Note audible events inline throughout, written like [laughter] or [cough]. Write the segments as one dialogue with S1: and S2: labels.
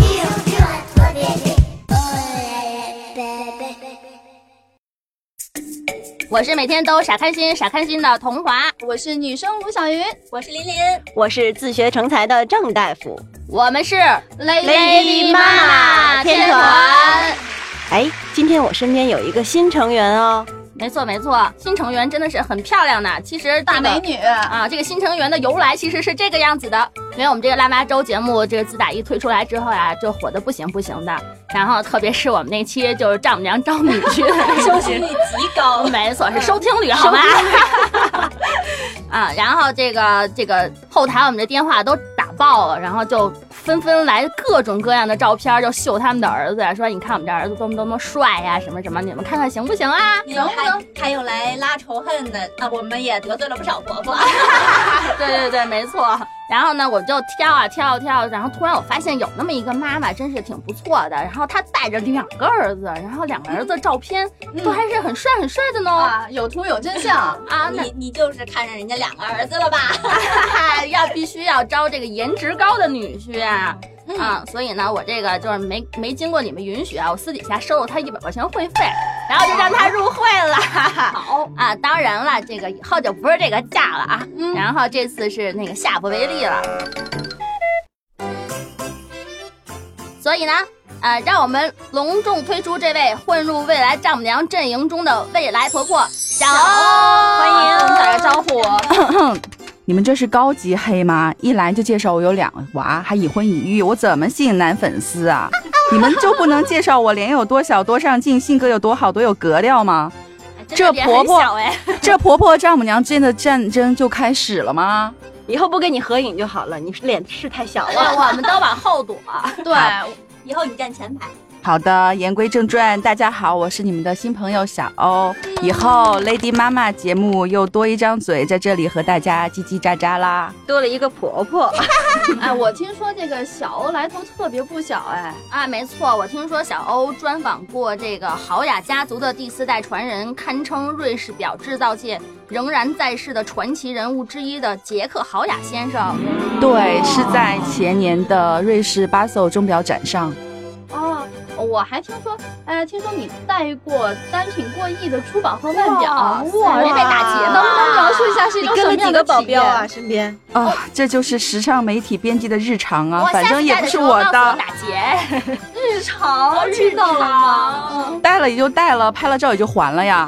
S1: Dur, dur être bébé. Oh là là, bébé.
S2: 我是每天都傻开心、傻开心的童华。
S3: 我是女生卢小云，我是林林
S4: 我是自学成才的郑大夫。
S2: 我们是
S3: Lady 妈妈天团。
S4: 哎，今天我身边有一个新成员哦，
S2: 没错没错，新成员真的是很漂亮的。其实
S3: 大
S2: 这个
S3: 美女。
S2: 啊，这个新成员的由来其实是这个样子的，因为我们这个腊八粥节目，这个自打一推出来之后呀、就火的不行不行的。然后特别是我们那期就是丈母娘招女
S3: [laughs]
S2: 婿的
S5: [laughs]
S2: 那期，
S3: 视率极高
S5: 哦
S2: 没错，是收听率，
S3: [laughs]
S2: 好吧？啊，然后这个这个后台我们这电话都打爆了，然后就纷纷来各种各样的照片，就秀他们的儿子，说你看我们这儿子多么多么帅呀、什么什么，你们看看行不行啊？
S3: 能不能还有来拉仇恨的？啊，我们也得罪了不少婆婆。
S2: [laughs] 对对对，没错。然后呢，我就挑啊挑啊挑，然后突然我发现有那么一个妈妈，真是挺不错的。然后她带着两个儿子，然后两个儿子照片都还是很帅很帅的呢。
S3: 啊，有图有真相。
S2: 啊，那
S5: [laughs] 你你就是看上人家两个儿子了吧？
S2: 哈， [laughs] 要必须要招这个颜值高的女婿啊！啊，所以呢，我这个就是没没经过你们允许啊，我私底下收了他一百块钱会费，然后就让他入会了。好 [laughs] 啊，当然了，这个以后就不是这个价了啊。然后这次是那个下不为例了。所以呢，啊，让我们隆重推出这位混入未来丈母娘阵营中的未来婆婆小欧，哎欢
S4: 迎
S2: 跟大家招呼。
S6: 你们这是高级黑吗？一来就介绍我有两个娃，还已婚已育，我怎么吸引男粉丝啊？你们就不能介绍我脸有多小、多上镜，性格有多好、多有格调吗？这
S2: 真的
S6: 婆婆
S2: 脸很小哎，
S6: 这婆婆丈母娘之间的战争就开始了吗？
S4: 以后不跟你合影就好了，你脸是太小
S2: [laughs]
S3: [laughs]
S4: 了。
S2: 我我们都往后躲。
S3: 对，
S5: 以后你站前排，
S6: 好的，言归正传，大家好，我是你们的新朋友小欧。以后 Lady 妈妈节目又多一张嘴在这里和大家叽叽喳喳啦。
S4: 多了一个婆
S3: [laughs]
S4: 婆，
S3: 哎，我听说这个小欧来头特别不小，哎，
S2: 啊，没错，我听说小欧专访过这个豪雅家族的第四代传人，堪称瑞士表制造界仍然在世的传奇人物之一的杰克豪雅先生。
S6: 对，是在前年的瑞士巴塞钟表展上。
S3: 哦，我还听说，哎，听说你带过单品过亿的珠宝和腕表，
S2: 哇塞
S3: 哎哇
S2: 没被打劫
S3: 能不能描述一下是一
S4: 你
S3: 种
S4: 跟了
S3: 什么
S4: 几
S3: 样
S4: 个
S3: 的
S4: 保
S3: 体验
S4: 镖啊？？身边
S6: 啊、这就是时尚媒体编辑的日常啊
S2: 我，
S6: 反正也不是我的，
S2: 打劫， [laughs]
S3: 日常知道了吗？嗯。
S6: 带了也就带了，拍了照也就还了呀。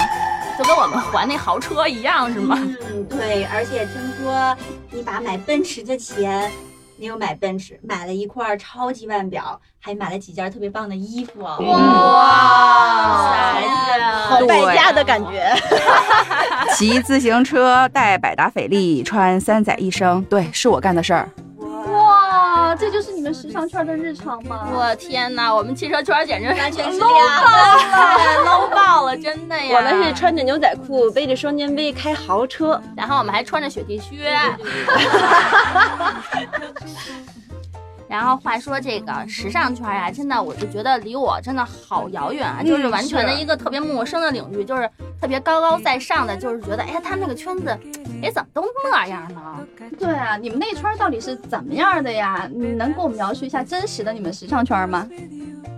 S2: 就跟我们还那豪车一样，是吗？
S5: 嗯，对，而且听说你把买奔驰的钱没有买奔驰，买了一块超级腕表，还买了几件特别棒的衣服哦。
S2: 哇
S3: 啊
S5: 塞
S4: 好败家的感觉。
S6: 骑自行车，带百达翡丽，穿三宅一生，对，是我干的事儿。
S3: 哇，这就是你们时尚圈的日常吗？
S2: 嗯我天哪，我们汽车圈简直
S5: 完全是
S2: 搂
S5: 两
S2: 爆了，搂爆了，真的
S3: 啊
S2: 呀！
S4: 我们是，穿着牛仔裤，背着双肩背，开豪车。
S2: 然后我们还穿着雪地
S3: [laughs]
S2: 靴。然后话说这个时尚圈啊，真的我就觉得离我真的好遥远啊，
S3: 嗯
S2: 就是完全的一个特别陌生的领域，就是特别高高在上的，就是觉得哎呀，他们那个圈子，哎，怎么都那样呢？
S3: 对啊，你们那圈儿到底是怎么样的呀？你能给我们描述一下真实的你们时尚圈儿吗？。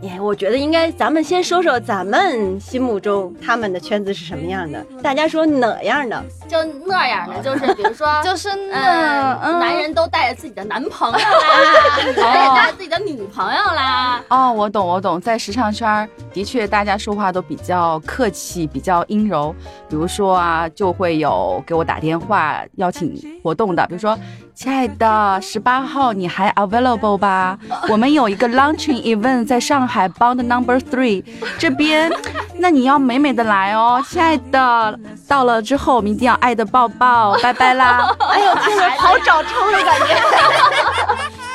S4: 哎，我觉得应该咱们先说说咱们心目中他们的圈子是什么样的，大家说哪样的？
S2: 就那样的，就是比如说
S3: [laughs] 就是
S2: 嗯
S3: 那、，
S2: 男人都带着自己的男朋友
S3: [laughs]
S2: 啦，女人也带着
S3: 哦
S2: 自己的女朋友啦，
S6: 哦，我懂，我懂，在时尚圈儿的确大家说话都比较客气，比较阴柔。比如说啊，就会有给我打电话邀请活动的，比如说，亲爱的，十八号你还 available 吧？我们有一个 launching event 在上海 Bond Number Three 这边，那你要美美的来哦，亲爱的。到了之后，我们一定要爱的抱抱，拜拜啦！
S4: 哎呦，听着好找抽的感觉。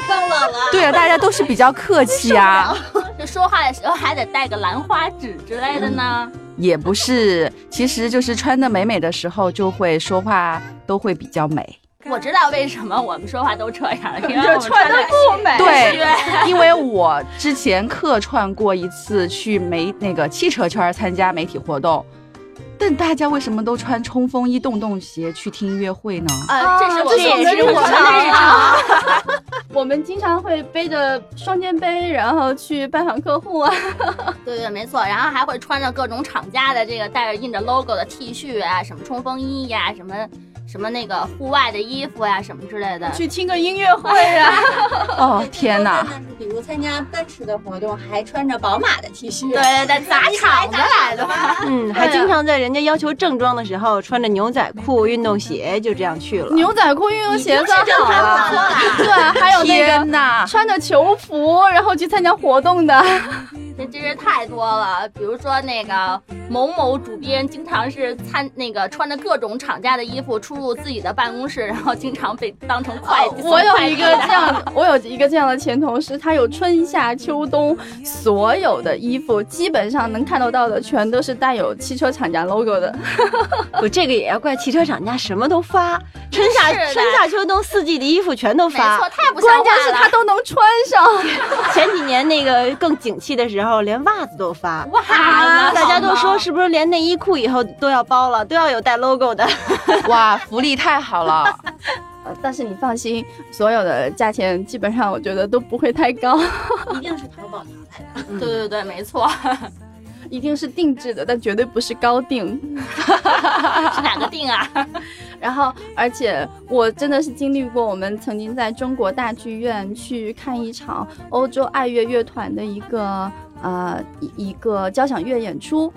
S5: 忘了了，
S6: 对啊，大家都是比较客气啊。
S2: 就说话的时候还得带个兰花指之类的呢。
S6: 也不是，其实就是穿的美美的时候，就会说话都会比较美。
S2: 我知道为什么我们说话都这样了，因为我
S4: 就
S2: 们
S4: 穿
S2: 穿
S4: 的
S2: 的
S4: 不美。
S6: 对， [laughs] 因为我之前客串过一次去媒那个汽车圈参加媒体活动，但大家为什么都穿冲锋衣、洞洞鞋去听音乐会呢？
S2: 呃，这是我
S3: 这是我们
S2: 们
S3: 的日常
S2: 日常。
S3: 我们经常会背着双肩背，然后去拜访客户
S2: [laughs]
S3: 啊。
S2: 对对，没错。然后还会穿着各种厂家的这个带着印着 logo 的 T 恤啊，什么冲锋衣呀、什么什么那个户外的衣服呀、什么之类的。
S3: 去听个音乐会
S2: 哎
S3: 啊，
S6: 哦天 [laughs] 哪！！
S5: 比如参加奔驰的活动，还穿着宝马的 T 恤，
S2: 对对对，砸场子来的吧？
S4: 嗯，还经常在人家要求正装的时候，穿着牛仔裤、运动鞋就这样去了。
S3: 牛仔裤、运动鞋穿好啊
S5: 了
S3: 了，对，还有那个
S6: 天哪！
S3: 穿着球服然后去参加活
S2: [laughs]
S3: 动的，
S2: 这真是太多了。比如说那个某某主编，经常是参那个穿着各种厂家的衣服出入自己的办公室，然后经常被当成会计。
S3: 哦我有一个
S2: 送快递的
S3: 这样的，我有一个这样的前同事，他有春夏秋冬所有的衣服，基本上能看得到的全都是带有汽车厂家 logo 的。
S4: 我这个也要怪汽车厂家，什么都 [laughs] 发，春夏
S2: 是的
S4: 春夏秋冬四季的衣服全都
S2: 没错，
S4: 发。
S2: 太不像
S3: 关
S2: 话
S3: 键是他
S2: 了。
S3: 都能穿上， [laughs]
S4: 前几年那个更景气的时候，连袜子都发。
S2: 哇，啊
S4: 大家都说是不是连内衣裤以后都要包了，都要有带 logo 的？
S6: 哇，福利太好了！
S3: 呃但是你放心，所有的价钱基本上我觉得都不会太高，
S5: 一定是淘宝淘来
S2: 对
S5: 的。
S2: 对对，没错，
S3: 一定是定制的，但绝对不是高定。
S2: 是哪个定啊？
S3: 然后，而且我真的是经历过，我们曾经在中国大剧院去看一场欧洲爱乐乐团的一个呃一一个交响乐演出，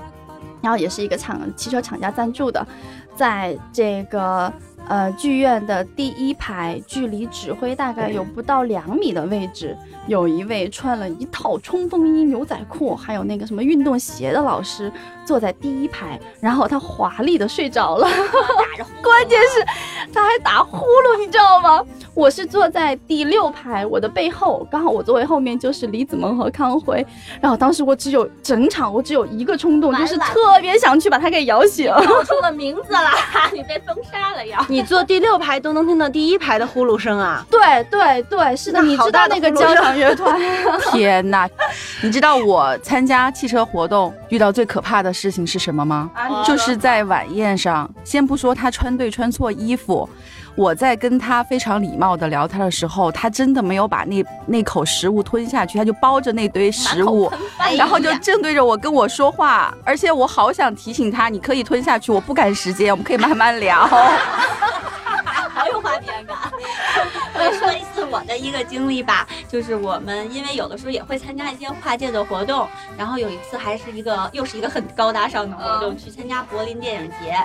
S3: 然后也是一个厂汽车厂家赞助的，在这个呃剧院的第一排，距离指挥大概有不到两米的位置，有一位穿了一套冲锋衣、牛仔裤，还有那个什么运动鞋的老师坐在第一排，然后他华丽的睡着了。关键是他还打呼噜，你知道吗？我是坐在第六排，我的背后刚好我座位后面就是李子萌和康辉，然后当时我只有整场我只有一个冲动，
S2: 完
S3: 就
S2: 了
S3: 是特别想去把他给摇醒。
S2: 报出了名字了， [laughs] 你被封杀了要。
S4: 你坐第六排都能听到第一排的呼噜声 [laughs] 啊！
S3: 对对对，是的，
S4: 那
S3: 你
S4: 好
S3: 知
S4: 大
S3: 道
S4: 的
S3: 那个
S4: 葫芦
S3: 交
S4: 是吧
S3: 响乐团，
S6: [laughs]
S3: [laughs]
S6: 天哪！你知道我参加汽车活动遇到最可怕的事情是什么吗？
S2: 哦
S6: 就是在晚宴上，先不说他穿对穿错衣服，我在跟他非常礼貌的聊天的时候，他真的没有把那那口食物吞下去，他就包着那堆食物，然后就正对着我跟我说话，而且我好想提醒他，你可以吞下去，我不赶时间，我们可以慢慢聊。
S5: 好有画面感。 [laughs] 我说一次我的一个经历吧，就是我们因为有的时候也会参加一些跨界的活动，然后有一次还是一个又是一个很高大上的活动，去参加柏林电影节。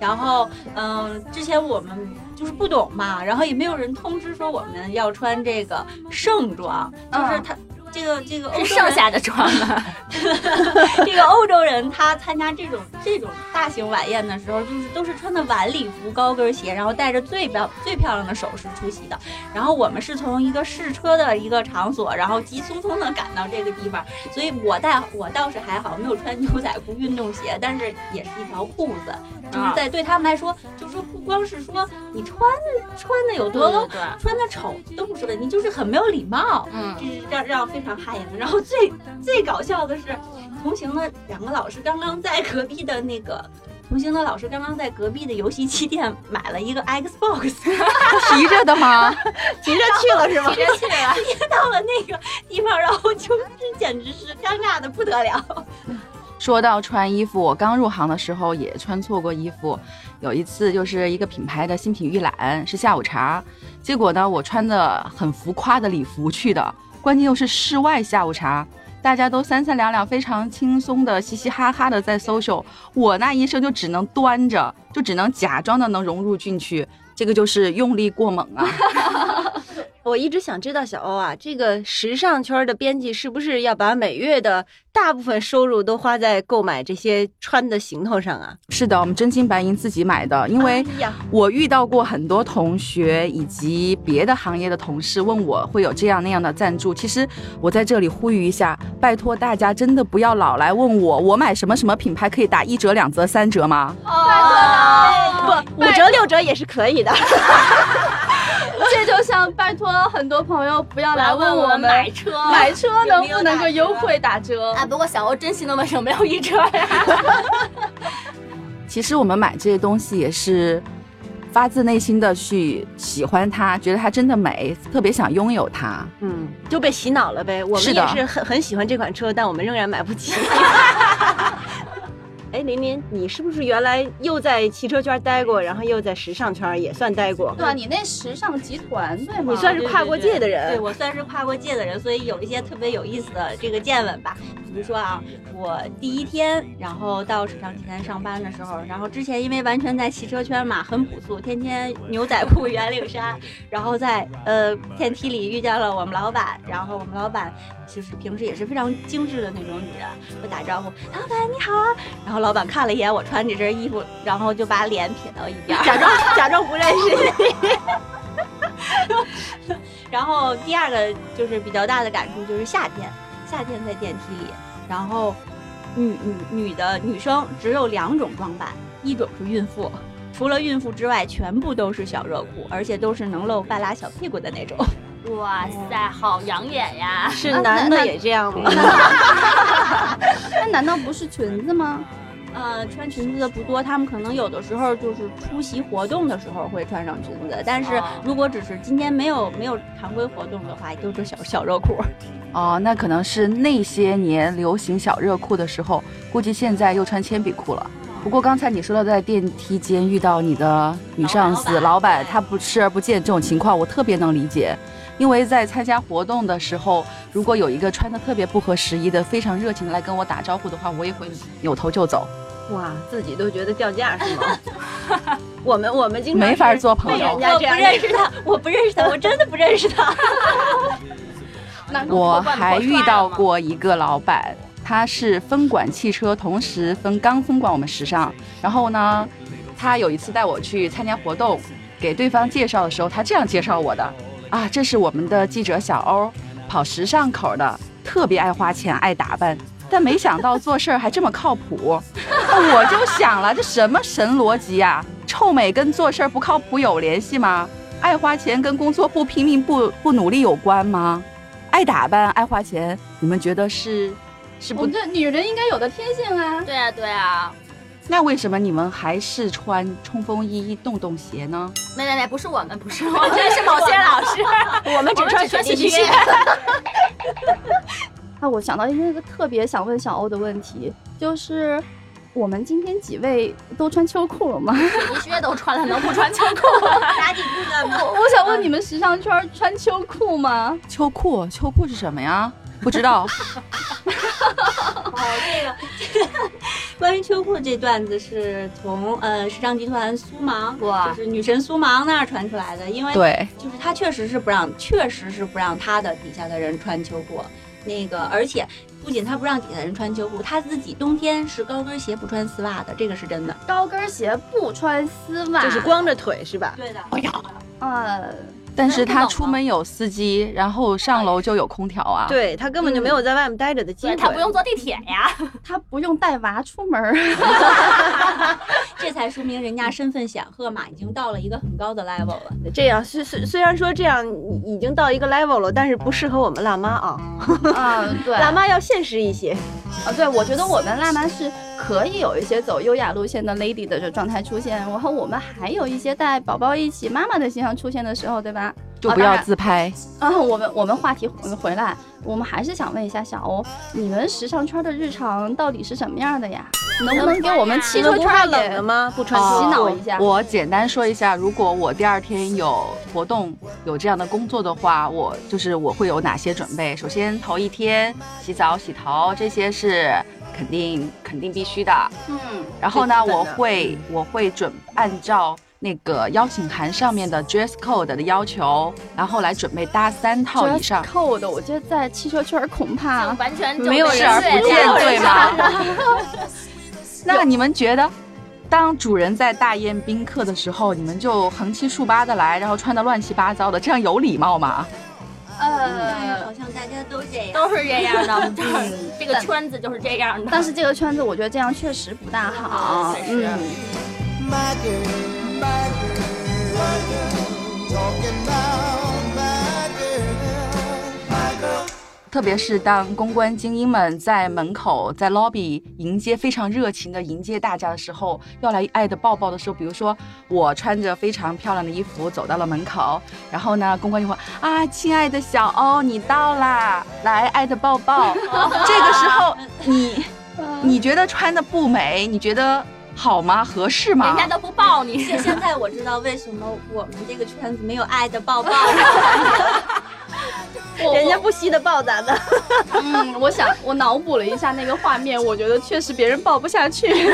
S5: 然后，嗯，之前我们就是不懂嘛，然后也没有人通知说我们要穿这个盛装，就是他、这个这个欧
S2: 是
S5: 洲人
S2: 剩下的装了，
S5: [laughs] 这个欧洲人他参加这种这种大型晚宴的时候，就是都是穿的晚礼服、高跟鞋，然后戴着最漂最漂亮的首饰出席的。然后我们是从一个试车的一个场所，然后急匆匆的赶到这个地方，所以我带我倒是还好，没有穿牛仔裤、运动鞋，但是也是一条裤子，就是
S2: 啊
S5: 在对他们来说，就是说不光是说你穿的穿的有多 low，
S2: 对，
S5: 穿的丑都不是问题，就是很没有礼貌。
S2: 嗯
S5: 这，是让让我非常汗颜的。然后最最搞笑的是，同行的两个老师刚刚在隔壁的那个。同行的老师刚刚在隔壁的游戏机店买了一 [laughs] 个 Xbox，
S6: 提着的吗？
S4: 急着去了是吗？
S2: 别去了。
S5: 到了那个地方，然后就是 [laughs] 简直是尴尬的不得了。
S6: 说到穿衣服，我刚入行的时候也穿错过衣服。有一次就是一个品牌的新品预览是下午茶，结果呢我穿的很浮夸的礼服去的，关键又是室外下午茶，大家都三三两两非常轻松的嘻嘻哈哈的在 social，我那一生就只能端着，就只能假装的能融入进去，这个就是用力过猛啊。
S4: 我一直想知道小欧啊，这个时尚圈的编辑是不是要把每月的大部分收入都花在购买这些穿的行头上啊？
S6: 是的，我们真金白银自己买的，因为
S4: 哎呀，
S6: 我遇到过很多同学以及别的行业的同事问我会有这样那样的赞助。其实我在这里呼吁一下，拜托大家真的不要老来问我，我买什么什么品牌可以打一折、两折、三折吗？
S2: 嗯哦
S4: 不，五折六折也是可以的。 [laughs]
S3: 这就像拜托很多朋友不要来问我们啊
S2: 买车，
S3: 买车能不能够优惠打折。
S2: 啊！不过小欧真心的为什么要一折呀？
S6: 其实我们买这些东西也是发自内心的去喜欢它，觉得它真的美，特别想拥有它。
S4: 嗯，就被洗脑了呗。我
S6: 是
S4: 们
S6: 的
S4: 也是很很喜欢这款车，但我们仍然买不 [laughs] 起。哎，林林，你是不是原来又在汽车圈待过，然后又在时尚圈也算待过？
S3: 对啊，你那时尚集团对吗？
S4: 你算是跨过界的
S5: 对
S4: 人。
S5: 我算是跨过界的人，所以有一些特别有意思的这个见闻吧。比如说啊，我第一天，然后到时尚集团上班的时候，然后之前因为完全在汽车圈嘛，很朴素，天天牛仔裤、圆领衫，然后在呃电梯里遇见了我们老板，然后我们老板就是平时也是非常精致的那种女人，我打招呼，老板你好啊，然后老板看了一眼我穿这身衣服，然后就把脸撇到一边儿，
S4: 假装假装不认识你，
S5: 然后第二个就是比较大的感触就是夏天，夏天在电梯里，然后女女女的女生只有两种装扮，一种是孕妇，除了孕妇之外，全部都是小热裤，而且都是能露半拉小屁股的那种。
S2: 哇塞，好养眼呀！
S4: 是
S3: 啊
S4: 男
S3: 那
S4: 的也这样吗？
S3: 那难道不是裙子吗？
S5: 呃，穿裙子的不多，他们可能有的时候就是出席活动的时候会穿上裙子，但是如果只是今天没有没有常规活动的话，都是小小热裤。
S6: 哦，那可能是那些年流行小热裤的时候，估计现在又穿铅笔裤了。不过刚才你说到在电梯间遇到你的女上司、老
S5: 老板
S6: 板，他不视而不见这种情况，我特别能理解。因为在参加活动的时候，如果有一个穿的特别不合时宜的、非常热情的来跟我打招呼的话，我也会扭头就走，
S4: 哇，自己都觉得掉价是吗？我们我们经常
S6: 没法
S4: 是
S6: 做朋
S4: 被人
S6: 友。
S4: 家这
S5: 我不
S4: 样
S5: 认识他，我不认识他，我真的不认识他。
S2: 难
S6: 我还遇到，过一个老板，他是分管汽车，同时分刚分管我们时尚。然后呢，他有一次带我去参加活动，给对方介绍的时候，他这样介绍我的：啊，这是我们的记者小欧，跑时尚口的，特别爱花钱，爱打扮。但没想到做事儿还这么靠谱，那我就想了，这什么神逻辑啊？臭美跟做事儿不靠谱有联系吗？爱花钱跟工作不拼命不不努力有关吗？爱打扮、爱花钱，你们觉得是是
S3: 我
S6: 不？
S3: 这女人应该有的天性啊。
S2: 对啊对啊，
S6: 那为什么你们还是穿冲锋衣、洞洞鞋呢？
S2: 没没没，不是我们，不是我们，这是某些老师，
S4: 我们只
S2: 我们
S4: 穿
S2: 只穿雪
S4: 雪地
S2: 地
S4: 靴
S2: 靴。
S3: 啊，我想到一个特别想问小欧的问题，就是我们今天几位都穿秋裤了吗？ [laughs]
S2: 雪地靴都穿了，能不穿秋裤？
S5: 打底裤的吗？
S3: 我想问你们时尚圈儿穿秋裤吗？
S6: 秋裤，秋裤是什么呀？不知 [laughs] 道，
S5: 关于秋裤这段子是从呃时尚集团苏芒，
S2: 哇
S5: 就是女神苏芒那儿传出来的，因为
S6: 对，
S5: 就是她确实是不让，确实是不让她的底下的人穿秋裤，那个而且不仅她不让底下人穿秋裤，她自己冬天是高跟鞋不穿丝袜的，这个是真的。
S3: 高跟鞋不穿丝袜，
S4: 就是光着腿是吧？
S5: 对的，
S3: 呃，
S6: 但是
S2: 那
S6: 他
S2: 不懂
S6: 出
S2: 吗
S6: 门有司机，然后上楼就有空调啊。，
S4: 对他根本就没有在外面待着的机
S2: 对
S4: 会，
S2: 他不用坐地铁呀。
S3: 他不用带娃出门儿。
S5: 这才说明人家身份显赫嘛，已经到了一个很高的 level 了。
S4: 这样虽虽虽然说这样已已经到一个 level 了，但是不适合我们辣妈啊，
S3: [laughs] 嗯， [laughs] 对，
S4: 辣妈要现实一些。
S3: 啊，对，我觉得我们辣妈是可以有一些走优雅路线的 lady 的这状态出现，然后我们还有一些带宝宝一起妈妈的形象出现的时候，对吧？
S6: 就
S3: 哦
S6: 不
S3: 当
S6: 要
S3: 然
S6: 自拍。
S3: 啊， [laughs] 我们我们话题回回来，我们还是想问一下小欧，你们时尚圈的日常到底是什么样的呀？能不能给我们汽
S4: 你
S3: 车
S4: 们不
S3: 圈
S4: 怕
S3: 儿
S4: 冷的
S3: 也
S4: 吗？不穿
S3: 洗
S4: 西
S3: 脑
S4: 裤
S3: 一下？
S6: 呃我简单说一下，如果我第二天有活动有这样的工作的话，我就是我会有哪些准备？首先头一天洗澡、洗头这些是肯定肯定必须的。
S2: 嗯，
S6: 然后呢，
S4: 最基本
S6: 我
S4: 的
S6: 会我会准按照那个邀请函上面的 dress code 的要求，然后来准备搭三套以上。
S3: 扣的，我觉得在汽车圈儿恐怕
S2: 完全就
S6: 没有
S2: 是
S6: 视而不
S2: 对
S6: 见，对
S2: 吧？
S6: 吗？那你们觉得，当主人在大宴宾客的时候，你们就横七竖八的来，然后穿的乱七八糟的，这样有礼貌吗？
S2: 呃，
S5: 好像大家都这样。
S2: 都是这样的，这个圈子就是这样的。
S3: 但是这个圈子，我觉得这样确实不大好。嗯，
S7: My girl, my girl, my girl, talking about my girl, my girl.
S6: 特别是当公关精英们在门口、在 lobby 迎接非常热情的迎接大家的时候，要来爱的抱抱的时候，比如说我穿着非常漂亮的衣服走到了门口，然后呢，公关就会啊，亲爱的小欧，你到啦，来爱的
S2: [laughs]
S6: 抱抱。这个时候你
S2: 嗯
S6: 你觉得穿的不美，你觉得好吗？合适吗
S2: 人？家都不抱你，
S5: 现现在我知道为什么我们这个圈子没有爱的抱抱了，
S4: 人家不惜的报咱们。
S3: 嗯，我想我脑补了一下那个画面，我觉得确实别人抱不下去。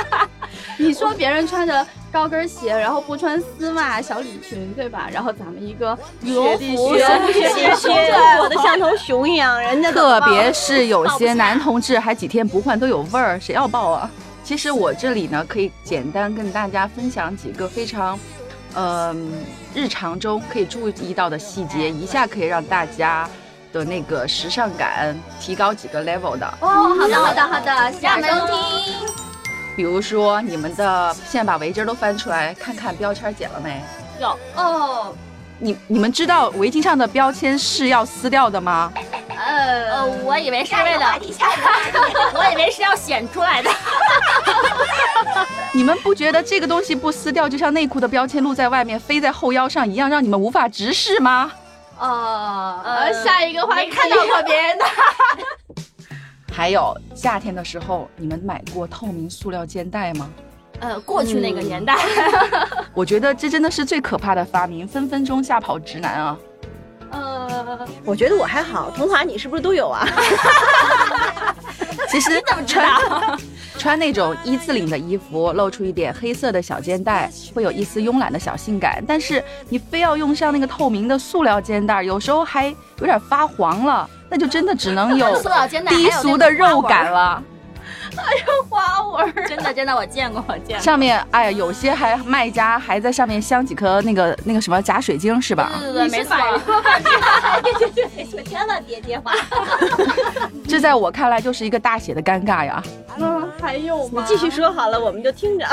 S3: [laughs] 你说别人穿着高跟鞋，然后不穿丝袜、小礼裙，对吧？然后咱们一个
S4: 罗
S3: 服
S4: 服裹的像头熊一样， [laughs] 人家都
S6: 特
S4: 抱
S6: 别是有些男同志还几天不换都有味儿，谁要抱啊？其实我这里呢，可以简单跟大家分享几个非常，嗯、日常中可以注意到的细节，一下可以让大家的那个时尚感提高几个 level 的。
S2: 哦，好的好的好的，下
S5: 下
S2: 周
S5: 周
S2: 听。
S6: 比如说，你们的现在把围巾儿都翻出来，看看标签儿剪了没？
S2: 有
S3: 哦，
S6: 你你们知道围巾上的标签是要撕掉的吗？
S2: 呃，
S3: 呃，
S2: 我以为是为了， [laughs] 我以为是要显出
S3: [laughs]
S2: 来的。
S6: 你们不觉得这个东西不撕掉，就像内裤的标签露在外面、飞在后腰上一样，让你们无法直视吗？
S3: 呃，
S2: 呃
S3: 下一个话
S2: 没
S3: 题
S2: 看到过别人的，
S6: 还有夏天的时候，你们买过透明塑料肩带吗？
S2: 呃，过去那个年代，
S6: 我觉得这真的是最可怕的发明，分分钟吓跑直男啊！
S3: 呃，
S4: 我觉得我还好，童华你是不是都有啊？
S6: [laughs] 其实穿 [laughs] 穿那种一字领的衣服，露出一点黑色的小肩带，会有一丝慵懒的小性感。但是你非要用上那个透明的塑料肩带，有时候还有点发黄了，那就真的只能 [laughs] 有
S2: 塑料肩带还
S6: 低
S2: 有那
S6: 俗
S2: 种
S6: 的
S2: 花
S6: 肉
S2: 纹儿
S6: 感了。
S2: 花纹儿，真的真的，我见过，我见过。
S6: 上面，哎呀，有些还卖家还在上面镶几颗那个那个什么假水晶是吧？
S2: 对对对，没错。 [laughs]
S5: 千万别接话。
S6: 这在我看来就是一个大写的尴尬呀。
S3: 嗯，还有
S4: 你
S3: 吗？
S4: 继续说好了，我们就听着，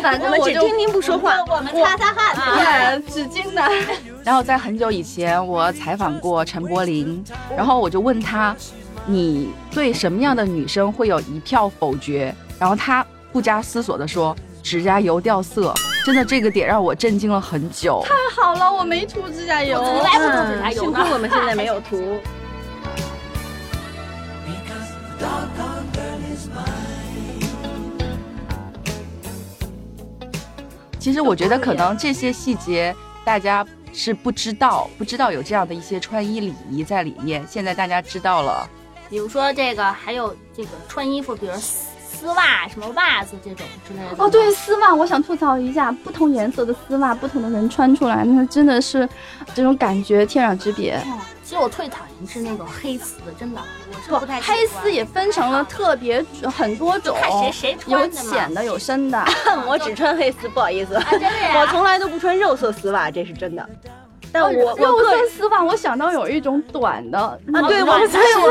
S3: 反
S4: 我
S3: 正
S4: 们
S3: 我
S4: 只
S3: 就
S4: 听您不说话。
S5: 我们擦擦汗。
S3: 对纸巾男。
S6: 然后在很久以前，我采访过陈柏霖，然后我就问他，你对什么样的女生会有一票否决？然后他不加思索的说，指甲油掉色。真的这个点让我震惊了很久。
S3: 好了，我没涂指甲油。
S2: 从来不涂指甲油
S4: 幸
S2: 呢
S4: 亏。我们现在没有图。
S6: 其实我觉得可能这些细节大家是不知道，不知道有这样的一些穿衣礼仪在里面。现在大家知道了。
S2: 比如说这个，还有这个穿衣服，比如丝丝袜、什么袜子这种之类的。
S3: 哦，对，丝袜，我想吐槽一下，不同颜色的丝袜，不同的人穿出来，那真的是这种感觉天壤之别。
S2: 哦其实我最讨厌是那种黑丝的，真的，我是
S3: 不
S2: 不太，喜欢
S3: 黑丝也分成了特别很多种，
S2: 看谁谁
S3: 有
S2: 穿的嘛
S3: 浅。的，有深的。
S4: 我只穿黑丝，不好意思，
S2: 啊，真的 [laughs]
S4: 我
S2: 呀。哦
S4: 从来都不穿肉色丝袜，这是真的。但我我
S3: 肉
S4: 个人
S3: 色丝袜，我想到有一种短的，
S4: 啊，对我
S2: 我
S4: 所以我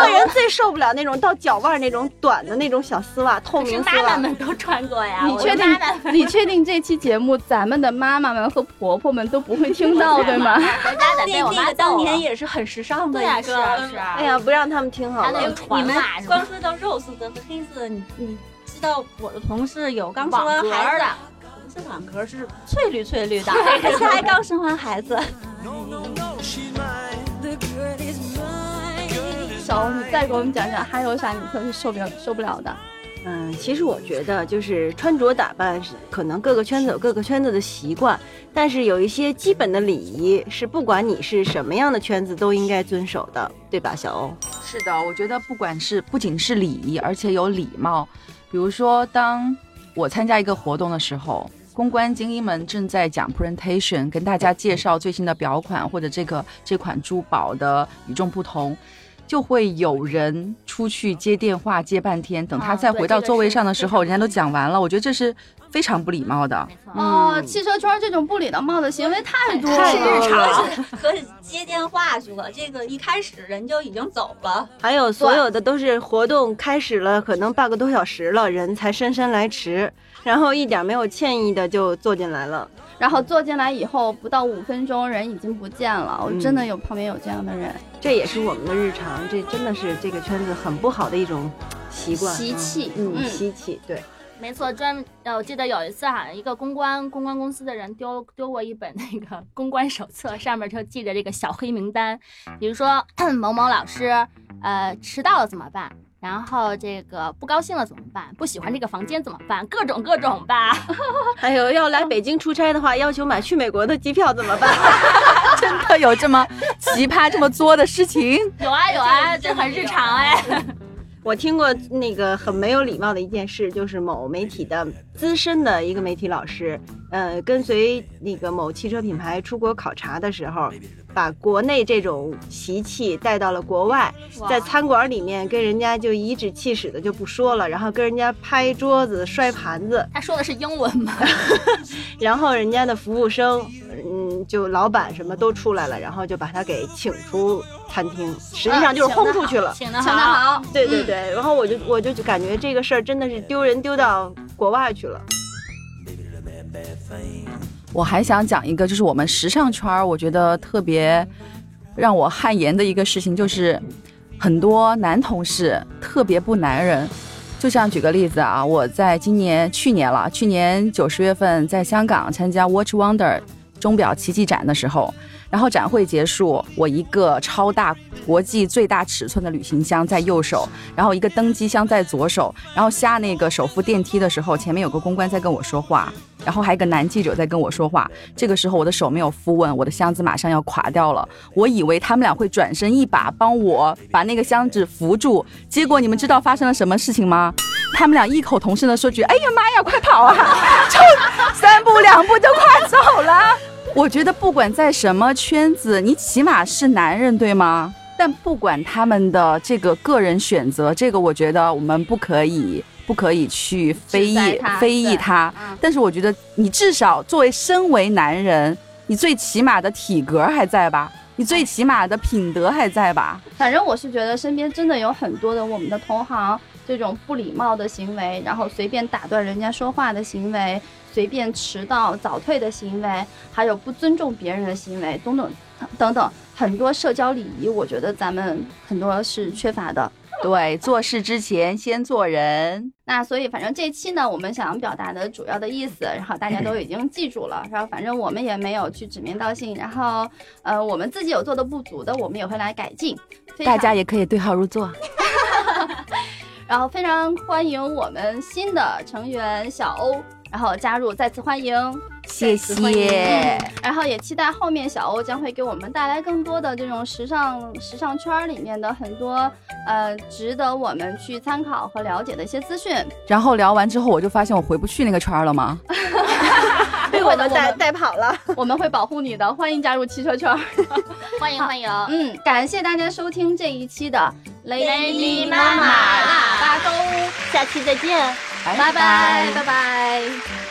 S4: 我个人最受不了那种到脚腕儿那种短的那种小丝袜，透
S2: 可是
S4: 明
S2: 妈
S4: 丝
S2: 妈
S4: 袜。
S2: 们都穿过呀，
S3: 你
S2: 我的
S3: 确定
S2: 妈妈？
S3: 你确定这期节目咱们的妈妈们和婆婆们都不会听到，对吗？
S2: 回家得
S5: 那
S2: 被我
S5: 那
S2: 妈
S5: 个
S2: 揍
S5: 当
S2: 了。
S5: 年也是很时尚的
S2: 对呀，
S5: 一
S2: 是
S5: 个。
S2: 啊是啊。
S4: 哎呀，不让他们听好
S2: 还
S4: 了
S2: 得。有
S5: 你
S2: 船
S5: 们
S2: 袜什么
S5: 光说到肉色的和黑色的，你你知道我的同事有刚生
S2: 网
S5: 完
S2: 格
S5: 孩
S2: 儿
S5: 子，
S2: 的。
S5: 不是网格是翠绿翠绿的， [laughs] 而且还刚生完孩子。
S7: No, no, no, she's mine. The girl is mine.
S3: 小欧，你再给我们讲讲，还有啥你特别受不了受不了的？
S4: 嗯，其实我觉得就是穿着打扮是可能各个圈子有各个圈子的习惯，但是有一些基本的礼仪是不管你是什么样的圈子都应该遵守的，对吧，小欧？
S6: 是的，我觉得不管是不仅是礼仪，而且有礼貌。比如说，当我参加一个活动的时候，公关精英们正在讲 presentation，跟大家
S2: 嗯
S6: 介绍最新的表款或者这个这款珠宝的与众不同，就会有人出去接电话接半天，等他
S2: 啊
S6: 再
S2: 对
S6: 回到
S2: 这个
S6: 座位
S2: 是
S6: 上的时
S2: 非
S6: 候，
S2: 常嗯
S6: 人家都讲完了。我觉得这是非常不礼貌的。 [laughs]
S2: 没错。
S3: 哦，
S4: 嗯
S3: 汽车圈这种不礼貌的行为太多了，
S2: 嗯太日常了
S5: 可接电话去了，这个一开始人就已经走了，
S4: 还有所有的都是活动开始了，可能半个多小时了，人才姗姗来迟，然后一点没有歉意的就坐进来了。
S3: 然后坐进来以后不到五分钟，人已经不见了。我真的有旁边有这样的人，
S4: 这也是我们的日常，这真的是这个圈子很不好的一种习惯、
S3: 习气。
S4: 嗯，
S3: 嗯
S4: 习气，对，
S2: 没错，专呃，我记得有一次好像一个公关公关公司的人丢丢过一本那个 [laughs] 公关手册，上面就记着这个小黑名单，比如说 [clears throat] 某某老师呃迟到了怎么办，然后这个不高兴了怎么办，不喜欢这个房间怎么办，各种各种吧。 [laughs]
S4: 还有要来北京出差的话，要求买去美国的机票怎么办？
S6: 真的有这么奇葩、这么作的事情？
S2: 有啊有啊，这很日常哎。
S4: 我听过那个很没有礼貌的一件事，就是某媒体的资深的一个媒体老师，呃，跟随那个某汽车品牌出国考察的时候，把国内这种习气带到了国外，在餐馆里面跟人家就颐指气使的就不说了，然后跟人家拍桌子、摔盘子，
S2: 他说的是英文吗？
S4: 然后人家的服务生，嗯，就老板什么都出来了，然后就把他给请出餐厅，实际上就是轰出去了。
S2: 啊 [laughs] 请的
S3: 抢得
S2: 好。
S3: 好，
S4: 对对对，然后我就我就感觉这个事儿真的是丢人丢到国外去了。
S6: 我还想讲一个，就是我们时尚圈儿，我觉得特别让我汗颜的一个事情，就是很多男同事特别不男人。就像举个例子啊，我在今年去年了，去年九十月份在香港参加 Watch Wonder 钟表奇迹展的时候，然后展会结束，我一个超大国际最大尺寸的旅行箱在右手，然后一个登机箱在左手，然后下那个手扶电梯的时候，前面有个公关在跟我说话，然后还有一个男记者在跟我说话。这个时候我的手没有扶稳，我的箱子马上要垮掉了。我以为他们俩会转身一把帮我把那个箱子扶住，结果你们知道发生了什么事情吗？他们俩异口同声的说句：“哎呀妈呀，快跑啊！” [laughs] 就三步两步就快走了。我觉得不管在什么圈子，你起码是男人，对吗？但不管他们的这个个人选择，这个我觉得我们不可以不可以去非
S3: 指
S6: 议
S3: 责他
S6: 非议
S3: 对
S6: 他。
S3: 嗯
S6: 但是我觉得你至少作为身为男人，你最起码的体格还在吧？你最起码的品德还在吧？
S3: 反正我是觉得身边真的有很多的我们的同行这种不礼貌的行为，然后随便打断人家说话的行为，随便迟到早退的行为，还有不尊重别人的行为，等等等等，很多社交礼仪，我觉得咱们很多是缺乏的。
S6: [laughs] 对，做事之前先做人。
S3: 那所以，反正这期呢，我们想表达的主要的意思，然后大家都已经记住了，然后反正我们也没有去指名道姓，然后呃，我们自己有做的不足的，我们也会来改进。非常
S6: 大家也可以对号入座。
S3: 然后非常欢迎我们新的成员小欧，然后加入，再次欢迎。
S6: 谢谢。
S3: 然后也期待后面小欧将会给我们带来更多的这种时尚时尚圈儿里面的很多呃值得我们去参考和了解的一些资讯。
S6: 然后聊完之后，我就发现我回不去那个圈儿了吗？
S4: 被啊我们带带跑了。
S3: 我们会保护你的，欢迎加入汽车圈儿。
S2: 欢迎欢迎，
S3: 嗯，感谢大家收听这一期的
S2: Lady
S3: 妈妈
S2: 妈妈
S3: 腊八粥，
S6: 哎
S4: 下期再见。
S3: 拜拜拜拜。